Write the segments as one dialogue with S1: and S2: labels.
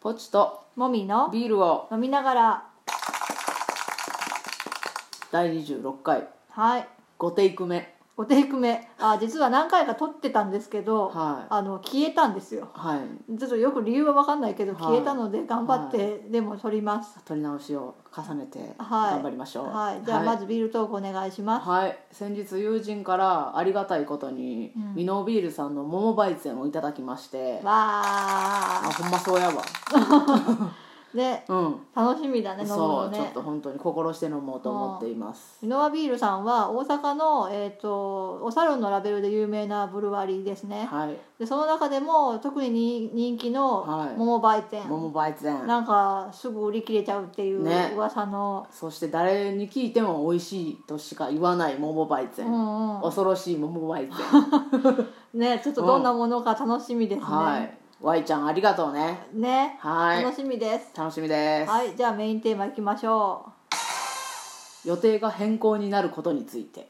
S1: ポチと
S2: もみの
S1: ビールを
S2: 飲みながら
S1: 第26回
S2: はい
S1: 5テイク目
S2: 5テイク目あ実は何回か撮ってたんですけど、
S1: はい
S2: あの消えたんですよ
S1: はい
S2: ちょっとよく理由は分かんないけど
S1: はい
S2: 消えたので頑張って、でも撮ります
S1: 取り直しを重ねて
S2: はい
S1: 頑張りましょう
S2: はいじゃあまずビールトークお願いします、
S1: はい先日友人からありがたいことに
S2: うん
S1: ミノービールさんの桃焙煎をいただきましてあ
S2: わ
S1: ほんまそうやわ
S2: ーね
S1: うん
S2: 楽しみだね飲む
S1: そ
S2: の
S1: うちょ
S2: ね
S1: っと本当に心して飲もうと思っています
S2: ミノワビールさんは大阪の、えー、とおサロンのラベルで有名なブルワリーですね、
S1: はい
S2: でその中でも特にに人気
S1: は
S2: の
S1: い
S2: 桃売店、
S1: 桃焙煎
S2: なんかすぐ売り切れちゃうっていう
S1: ね
S2: 噂の、
S1: そして誰に聞いても美味しいとしか言わない桃焙
S2: う
S1: 煎、
S2: んう
S1: 恐ろしい桃焙煎
S2: んねちょっとどんなものか楽しみです ね、
S1: はいワイちゃんありがとうね
S2: ね、
S1: はい
S2: 楽しみです
S1: 楽しみです、
S2: はいじゃあメインテーマいきましょ
S1: 予定が変更になることについて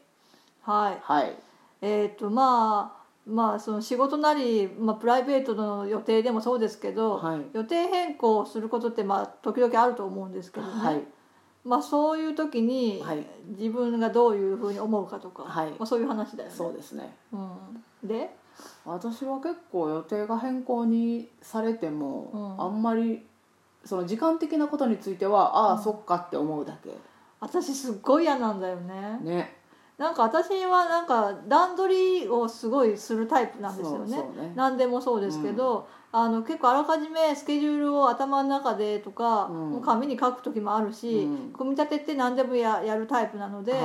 S2: うはい
S1: はい
S2: えっ、とまあまあその仕事なり、まあ、プライベートの予定でもそうですけど、
S1: はい
S2: 予定変更をすることってまあ時々あると思うんですけどね、
S1: はい
S2: まあ、そういう時に
S1: はい
S2: 自分がどういうふうに思うかとか、
S1: はい
S2: まあ、そういう話だよね。
S1: そうですね
S2: うん、で、
S1: 私は結構予定が変更にされても、
S2: うん
S1: あんまりその時間的なことについてはああ、そっかって思うだけ
S2: 私すっごい嫌なんだよね。
S1: ね
S2: なんか私はなんか段取りをすごいするタイプなんですよね。
S1: そうそうね
S2: 何でもそうですけど、あの結構あらかじめスケジュールを頭の中でとか、
S1: うん
S2: もう紙に書く時もあるし、
S1: うん
S2: 組み立てって何でもややるタイプなので、
S1: はい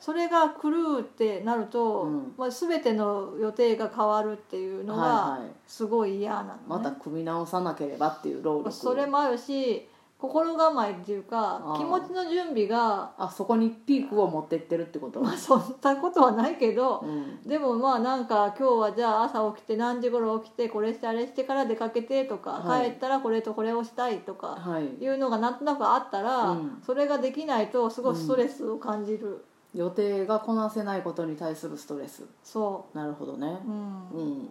S2: それが狂うってなると、
S1: うん
S2: まあ、全ての予定が変わるっていうの
S1: は
S2: が
S1: いはい
S2: すごい嫌なのね。
S1: また組み直さなければっていう労力
S2: それもあるし心構えっていう
S1: あ
S2: か
S1: ー
S2: 気持ちの準備が、
S1: あそこにピークを持ってってるってこと、
S2: まあ、そんなことはないけど、
S1: うん、
S2: でもまあなんか今日はじゃあ朝起きて何時頃起きてこれしてあれしてから出かけてとか、
S1: はい
S2: 帰ったらこれとこれをしたいとか
S1: はい
S2: いうのがなんとなくあったら、
S1: うん
S2: それができないとすごいストレスを感じる、
S1: 予定がこなせないことに対するストレス
S2: そ
S1: なるほどね
S2: う、うん
S1: うん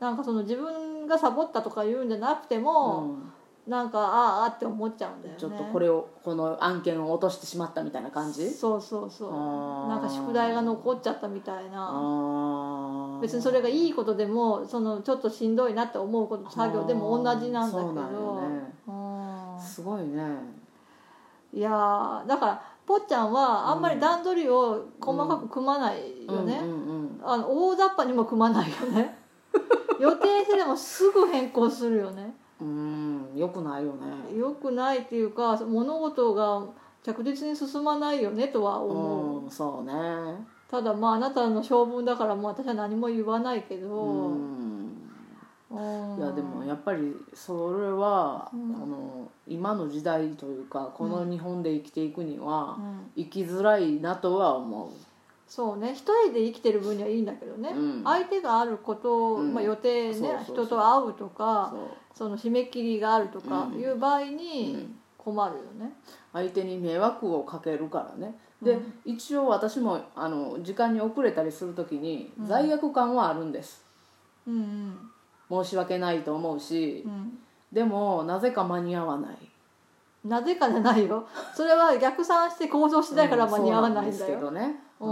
S2: なんかその自分がサボったとか言うんじゃなくて
S1: う
S2: も、
S1: ん
S2: なんかあああって思っちゃうんだよね
S1: ちょっとこれをこの案件を落としてしまったみたいな感じ
S2: そうそうそう
S1: あー
S2: なんか宿題が残っちゃったみたいな
S1: あー
S2: 別にそれがいいことでもそのちょっとしんどいなって思うこと作業でも同じなんだけ
S1: そうなん
S2: ど
S1: よね
S2: うん
S1: すごいね
S2: いやーだからぽっちゃんはあんまり段取りを細かく組まないよね、
S1: うんうんうん
S2: あの大雑把にも組まないよね 予定してでもすぐ変更するよね
S1: うんよくないよね
S2: よくないっていうか物事が着実に進まないよねとは思う、
S1: うんそうね
S2: ただまああなたの性分だからもう私は何も言わないけど、
S1: うん
S2: うん
S1: いやでもやっぱりそれはこ
S2: うん
S1: の今の時代というかこの日本で生きていくに
S2: う
S1: は
S2: ん
S1: 生きづらいなとは思
S2: そうね一人で生きてる分にはいいんだけどね、
S1: うん
S2: 相手があることを、
S1: うん
S2: まあ、予定ね
S1: そうそうそう
S2: 人と会うと
S1: う
S2: か
S1: そう
S2: その締め切りがあるとか
S1: うん
S2: いう場合
S1: う
S2: に
S1: ん
S2: 困るよね、
S1: 相手に迷惑をかけるからねで、
S2: うん
S1: 一応私もあの時間に遅れたりする時に罪悪感はあるんです、
S2: うんうん
S1: 申し訳ないと思うし
S2: う、ん
S1: でもなぜか間に合わない
S2: なぜかじゃないよそれは逆算して行動しないから
S1: う
S2: 間に合わない
S1: そうなん
S2: んだよ、
S1: ですけどね、
S2: うん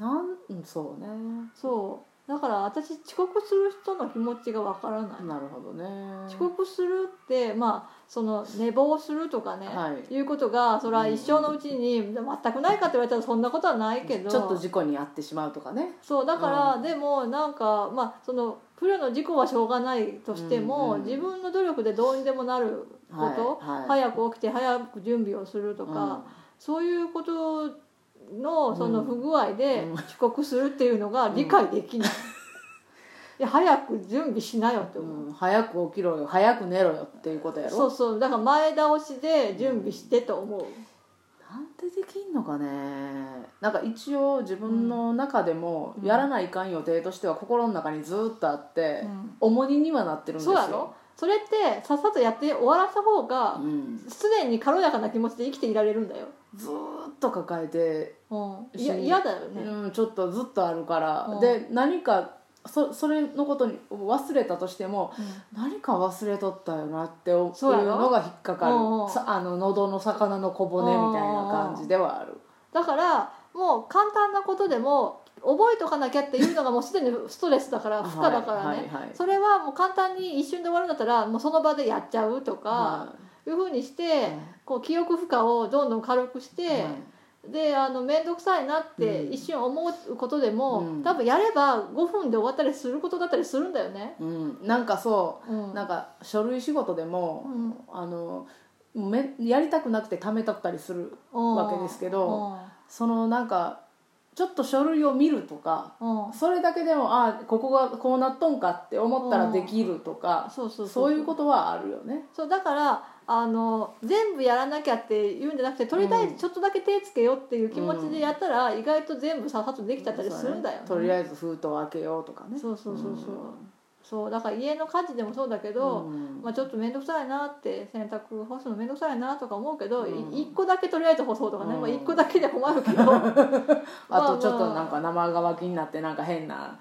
S1: なんうんそうね
S2: そうだから私遅刻する人の気持ちがわからない、
S1: なるほどね
S2: 遅刻するってまあその寝坊するとかね、、
S1: はい
S2: うことがそれは一生のうちに全くないかって言われたらそんなことはないけど
S1: ちょっと事故に遭ってしまうとかね
S2: そうだから、でもなんかまあその不慮の事故はしょうがないとして
S1: う
S2: も、
S1: んうん
S2: 自分の努力でどうにでもなること、
S1: はいはい
S2: 早く起きて早く準備をするとか、そういうことのその不具合で
S1: うん
S2: 遅刻するっていうのが理解 できない、いや早く準備しなよって
S1: う
S2: 思う、
S1: んうん早く起きろよ早く寝ろよっていうことやろ
S2: そうそうだから前倒しで準備してと思う、
S1: なんでできんのかねなんか一応自分の中でも
S2: うん
S1: やらないかん予定としては心の中にずっとあって、
S2: うん
S1: 重荷にはなってるんです
S2: そ
S1: よ
S2: うやろそれってさっさとやって終わらせた方が
S1: うん、
S2: 常に軽やかな気持ちで生きていられるんだよ、
S1: ずーっと抱えて、
S2: うん、いや
S1: し
S2: 嫌だよね、
S1: うん、ちょっとずっとあるから、
S2: うん
S1: で何かそそれのことを忘れたとしても何か忘れとったよなって思
S2: そうや
S1: う
S2: ろ
S1: のが引っかかる
S2: うんうん
S1: さあの喉の魚の小骨みたいな感じではある
S2: だからもう簡単なことでも覚えとかなきゃっていうのがもうすでにストレスだから負荷だからね、
S1: はいはいはい
S2: それはもう簡単に一瞬で終わるんだったらもうその場でやっちゃうとか、いうふうにして、
S1: はい
S2: こう記憶負荷をどんどん軽くして、
S1: はい
S2: であの面倒くさいなって
S1: うん
S2: 一瞬思うことでも、
S1: うん
S2: 多分やれば5分で終わったりすることだったりするんだよね。
S1: うん、なんかそううんなんか書類仕事で
S2: う
S1: も、
S2: ん
S1: あのめやりたくなくて貯めたったりする
S2: うん
S1: わけですけど
S2: うん
S1: そのなんかちょっと書類を見るとか
S2: うん
S1: それだけでもああここがこうなっとんかって思ったらできるとか、
S2: そうそう
S1: そういうことはあるよね。
S2: そうだからあの全部やらなきゃっていうんじゃなくてとりあえ
S1: うん
S2: ずちょっとだけ手つけようっていう気持ちでやったら、意外と全部さっさとできちゃったりするんだよね。
S1: そうねとりあえず封筒を開けようとかね。
S2: そうそうそうそう,、そうだから家の家事でもそうだけど、
S1: うん
S2: まあ、ちょっと面倒くさいなって洗濯干すの面倒くさいなとか思うけど、い
S1: うん
S2: 一1個だけとりあえず干そうとかね、
S1: うん
S2: まあ、1個だけで困る けど、うん、
S1: あとちょっとなんか生乾きになってなんか変な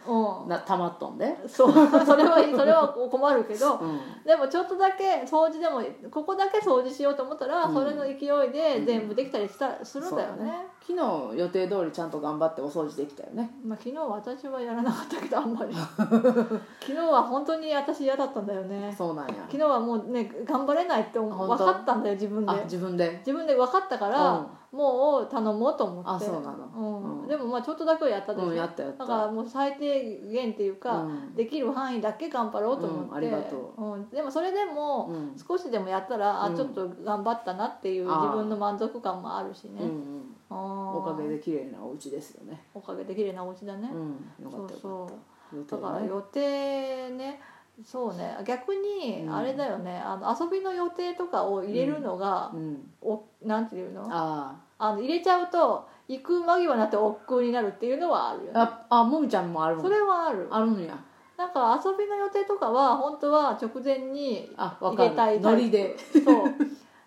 S1: な溜まっとんで。
S2: そうそれはそれは困るけど
S1: うん
S2: でもちょっとだけ掃除でもここだけ掃除しようと思ったら、
S1: うん
S2: それの勢いで全部できたりしたするんだよ
S1: そうだ
S2: ね。
S1: ね昨日予定通りちゃんと頑張ってお掃除できたよね。
S2: まあ、昨日私はやらなかったけどあん まり昨日は本当に私嫌だったんだよね
S1: そうなんや
S2: 昨。日はもうね頑張れないって思う
S1: 本
S2: 分
S1: 当
S2: かったんだよ自分で
S1: あ自分で。
S2: 自分で分かったか
S1: う
S2: ら
S1: ん、
S2: もう頼もうと思って
S1: あそうな
S2: の、
S1: うん
S2: でもまあちょっとだけはやったでしょ、
S1: うん、やったやった
S2: だからもう最低限っていうか、
S1: うん
S2: できる範囲だけ頑張ろうと思って、
S1: うんありがと
S2: うんでもそれでも
S1: うん
S2: 少しでもやったら、
S1: うん
S2: あちょっと頑張ったなっていう
S1: あー
S2: 自分の満足感もあるしね、
S1: うんうん、
S2: あー
S1: おかげで綺麗なお家ですよね
S2: おかげで綺麗なお家だね、
S1: うんよか
S2: そ
S1: っ
S2: う
S1: たよかった予定
S2: そうだから
S1: ね
S2: 予定ねそうね逆に
S1: うん
S2: あれだよね、あの遊びの予定とかを入れるのが
S1: う、ん
S2: おなんていうの
S1: あ
S2: あの入れちゃうと行く間際になって億劫になるっていうのはあるよ
S1: ー
S2: ね
S1: ああもみちゃんもあるん
S2: それはある
S1: あるんや
S2: なんか遊びの予定とかは本当は直前に
S1: あわ
S2: 入
S1: か
S2: れた
S1: るノ
S2: い
S1: リで
S2: そう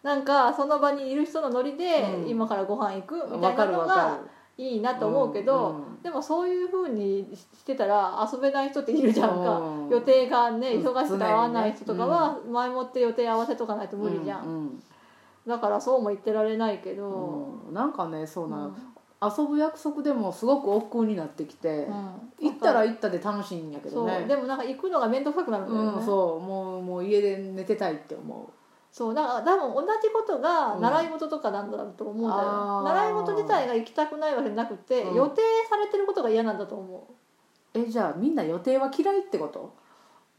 S2: なんかその場にいる人のノリで
S1: うん
S2: 今からご飯行くみた
S1: わ
S2: い
S1: か
S2: な
S1: る
S2: の
S1: わ
S2: が
S1: かる
S2: いいなと思うけど、
S1: うんうん
S2: でもそういうふうにしてたら遊べない人っているじゃんか、
S1: うん
S2: 予定がね
S1: うん
S2: 忙しくて合わない人とかは前もって予定合わせとかないと無理じゃん、
S1: うん
S2: だからそうも言ってられないけ
S1: う
S2: ど、
S1: んうんなんかねそううな
S2: うん
S1: の、遊ぶ約束でもすごく億劫になってきて、
S2: うん
S1: 行ったら行ったで楽しいんやけど
S2: そう
S1: ね
S2: でもなんか行くのが面倒くさくなるんだよね、
S1: うん、
S2: そう
S1: そうもうもう家で寝てたいって思う
S2: だから多分同じことが習い事とかなんだと思うんだよ、
S1: うん
S2: 習い事自体が行きたくないわけじゃなくて、
S1: うん
S2: 予定されてることが嫌なんだと思う
S1: えじゃあみんな予定は嫌いってこと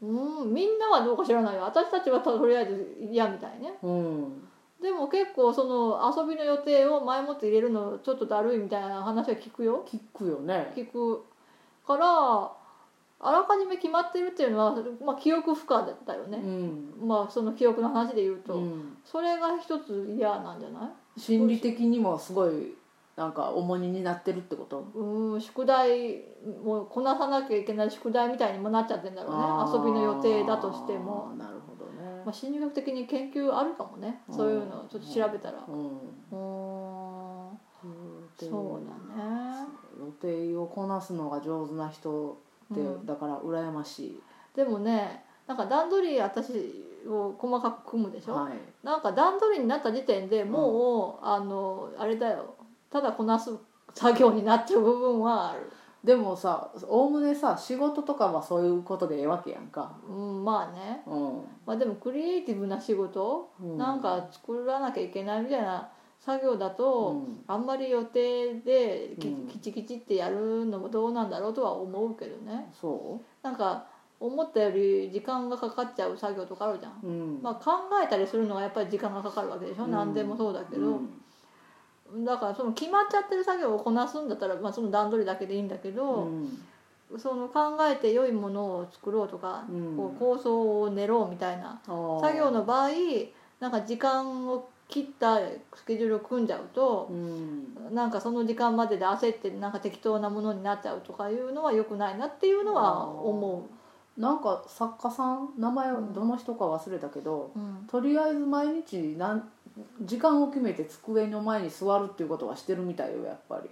S2: うんみんなはどうか知らないよ私たちはとりあえず嫌みたいね
S1: うん
S2: でも結構その遊びの予定を前もって入れるのちょっとだるいみたいな話は聞くよ
S1: 聞くよね
S2: 聞くからあらかじめ決まってるっていうのは、まあ、記憶不可だよ
S1: う
S2: ね、
S1: ん、
S2: まあその記憶の話で言うと、
S1: うん、
S2: それが一つ嫌なんじゃない
S1: 心理的にもすごいなんか重荷になってるってこと
S2: うーん宿題もこなさなきゃいけない宿題みたいにもなっちゃってんだろうね
S1: あー
S2: 遊びの予定だとしても、
S1: なるほどね、
S2: まあ、心理学的に研究あるかもねそういうのをちょっと調べたら
S1: うん、
S2: うーん
S1: 予定
S2: そうだね
S1: 予定をこなすのが上手な人って、
S2: うん
S1: だから羨ましい
S2: でもねなんか段取り私を細かく組むでしょ、
S1: はい
S2: なんか段取りになった時点でもう、あのあれだよただこなす作業になっちゃう部分はある、
S1: でもさおおむねさ仕事とかはそういうことでええわけやんか
S2: うん、まあね、
S1: うん、
S2: まあ、でもクリエイティブな仕事、
S1: う
S2: なんか作らなきゃいけないみたいな作業だと、
S1: うん
S2: あんまり予定でき
S1: うん
S2: きちきちってやるのもどうなんだろうとは思うけどね
S1: そ
S2: なんか思ったより時間がかかっちゃう作業とかあるじゃん
S1: ううん
S2: まあ、考えたりするのがやっぱり時間がかかるわけでしょ、
S1: うん
S2: 何でもそうだけど、
S1: うん
S2: だからその決まっちゃってる作業をこなすんだったら、まあ、その段取りだけでいいんだけ
S1: う
S2: ど、
S1: ん
S2: その考えて良いものを作ろうとか、
S1: うん
S2: こう構想を練ろうみたいな
S1: あー
S2: 作業の場合なんか時間を切ったスケジュールを組んじゃうと
S1: う、ん
S2: なんかその時間までで焦ってなんか適当なものになっちゃうとかいうのは良くないなっていうのは思
S1: なんか作家さん名前は
S2: うん
S1: どの人か忘れたけど、
S2: う。うん
S1: とりあえず毎日なん時間を決めて机の前に座るっていうことはしてるみたいよやっぱり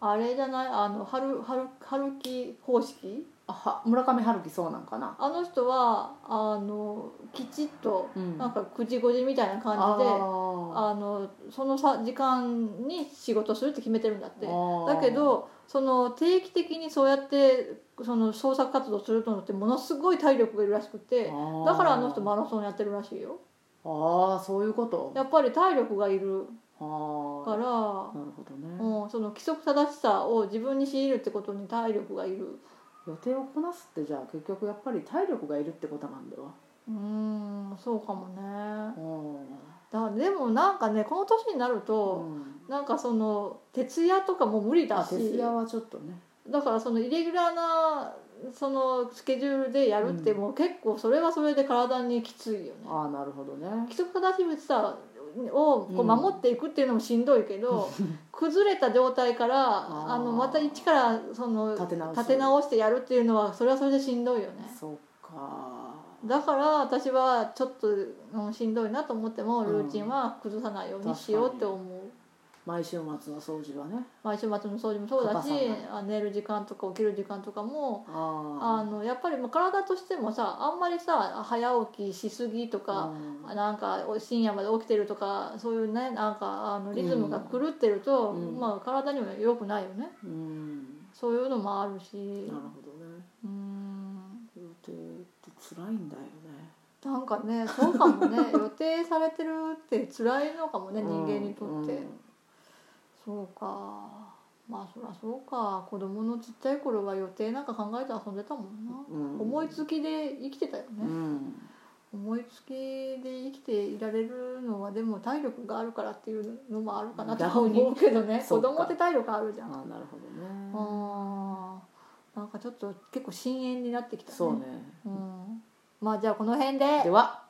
S2: あれじゃないあの春春春樹方式
S1: あは村上春樹そうなんかな、
S2: あの人はあのきちっと
S1: うん
S2: なんか9時5時みたいな感じで、
S1: あー
S2: あのそのさ時間に仕事するって決めてるんだって
S1: あー
S2: だけどその定期的にそうやってその創作活動するとのってものすごい体力がいるらしくて
S1: ー
S2: だからあの人マラソンやってるらしいよ
S1: ああそういうこと
S2: やっぱり体力がいる
S1: あー
S2: から、
S1: なるほどね、
S2: うん、その規則正しさを自分に強いるってことに体力がいる
S1: 予定をこなすってじゃあ結局やっぱり体力がいるってことなんだわ
S2: うーんそうかもね
S1: う
S2: だでもなんかねこの年になると、
S1: ん、
S2: なんかその徹夜とかも無理だ
S1: あ
S2: し
S1: 徹夜はちょっとね
S2: だからそのイレギュラーなそのスケジュールでやるって
S1: うん
S2: もう結構それはそれで体にきついよね、
S1: ああなるほどね
S2: 規則正しさをこ
S1: う
S2: うん守っていくっていうのもしんどい けど、崩れた状態から
S1: あー
S2: あのまた一からその
S1: 立て直す
S2: してやるっていうのはそれはそれでしんどいよね
S1: そうか
S2: だから私はちょっと、うん、しんどいなと思ってもルーチンは崩さないようにしようって思う、
S1: 毎週末の掃除はね
S2: 毎週末の掃除もそう
S1: 欠か
S2: だし
S1: さない
S2: あ寝る時間とか起きる時間とかもあ
S1: あ
S2: のやっぱりもう体としてもさあんまりさ早起きしすぎと
S1: あう
S2: か、
S1: ん
S2: なんかお深夜まで起きてるとかそういうねなんかあのリズムが狂ってると、
S1: うん
S2: まあ、体にも良くないよね
S1: うん
S2: そういうのもあるし
S1: なるほどね
S2: うん
S1: 予定って辛いんだよね
S2: なんかねそうか もね予定されてるって辛いのかもね人間にとって、
S1: うん
S2: そうかまあそりゃそうか子供のちっちゃい頃は予定なんか考えて遊んでたもんな、
S1: うん
S2: 思いつきで生きてたよね、
S1: うん
S2: 思いつきで生きていられるのはでも体力があるからっていうのもあるかなとは思うけどね
S1: そ
S2: 子
S1: うか
S2: 供って体力あるじゃ
S1: あ
S2: ん
S1: あなるほどね
S2: あーなんかちょっと結構深淵になってきたね
S1: そうね
S2: うん、まあじゃあこの辺で
S1: では